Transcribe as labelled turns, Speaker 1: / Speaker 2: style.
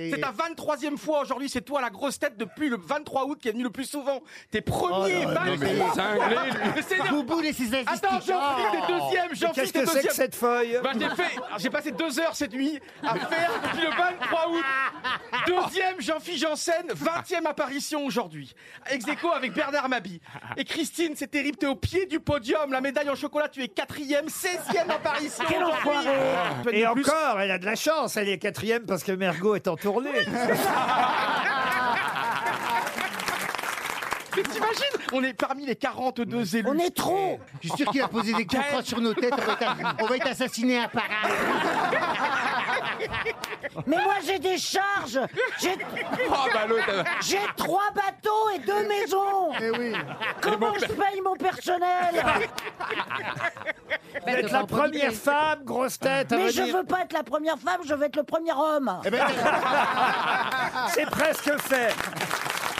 Speaker 1: C'est ta 23e fois aujourd'hui, c'est toi la grosse tête depuis le 23 août qui est venu le plus souvent. T'es
Speaker 2: Oh
Speaker 1: premier,
Speaker 3: là là,
Speaker 1: bang,
Speaker 3: mais
Speaker 1: c'est
Speaker 3: il est
Speaker 1: moi.
Speaker 3: cinglé, lui.
Speaker 1: Mais c'est-
Speaker 2: Boubou les six Oh.
Speaker 1: Attends, Jean-Philippe est deuxième,
Speaker 2: Qu'est-ce
Speaker 1: Jean-Philippe
Speaker 2: que
Speaker 1: est
Speaker 2: c'est
Speaker 1: deuxième.
Speaker 2: que cette feuille
Speaker 1: Ben, j'ai fait, j'ai passé deux heures cette nuit à faire depuis le 23 août. Deuxième Jean-Philippe Janssen, 20e apparition aujourd'hui. Ex aequo avec Bernard Mabi. Et Christine, c'est terrible, t'es au pied du podium. La médaille en chocolat, tu es quatrième, 16e apparition aujourd'hui. Ah,
Speaker 2: Et encore, elle a de la chance, elle est quatrième parce que Mergot est en tournée.
Speaker 1: Mais t'imagines, on est parmi les 42 élus.
Speaker 4: On est trop Je suis sûr qu'il a posé des contrats sur nos têtes. On va être, on va être assassiné à Paris.
Speaker 5: Mais moi j'ai des charges J'ai
Speaker 3: Ah, bah, l'autre, euh,
Speaker 5: j'ai trois bateaux et deux maisons Comment je paye mon personnel
Speaker 2: Vous êtes la première femme, grosse tête, à
Speaker 5: Mais je
Speaker 2: venir.
Speaker 5: veux pas être la première femme, je veux être le premier homme
Speaker 2: C'est presque fait.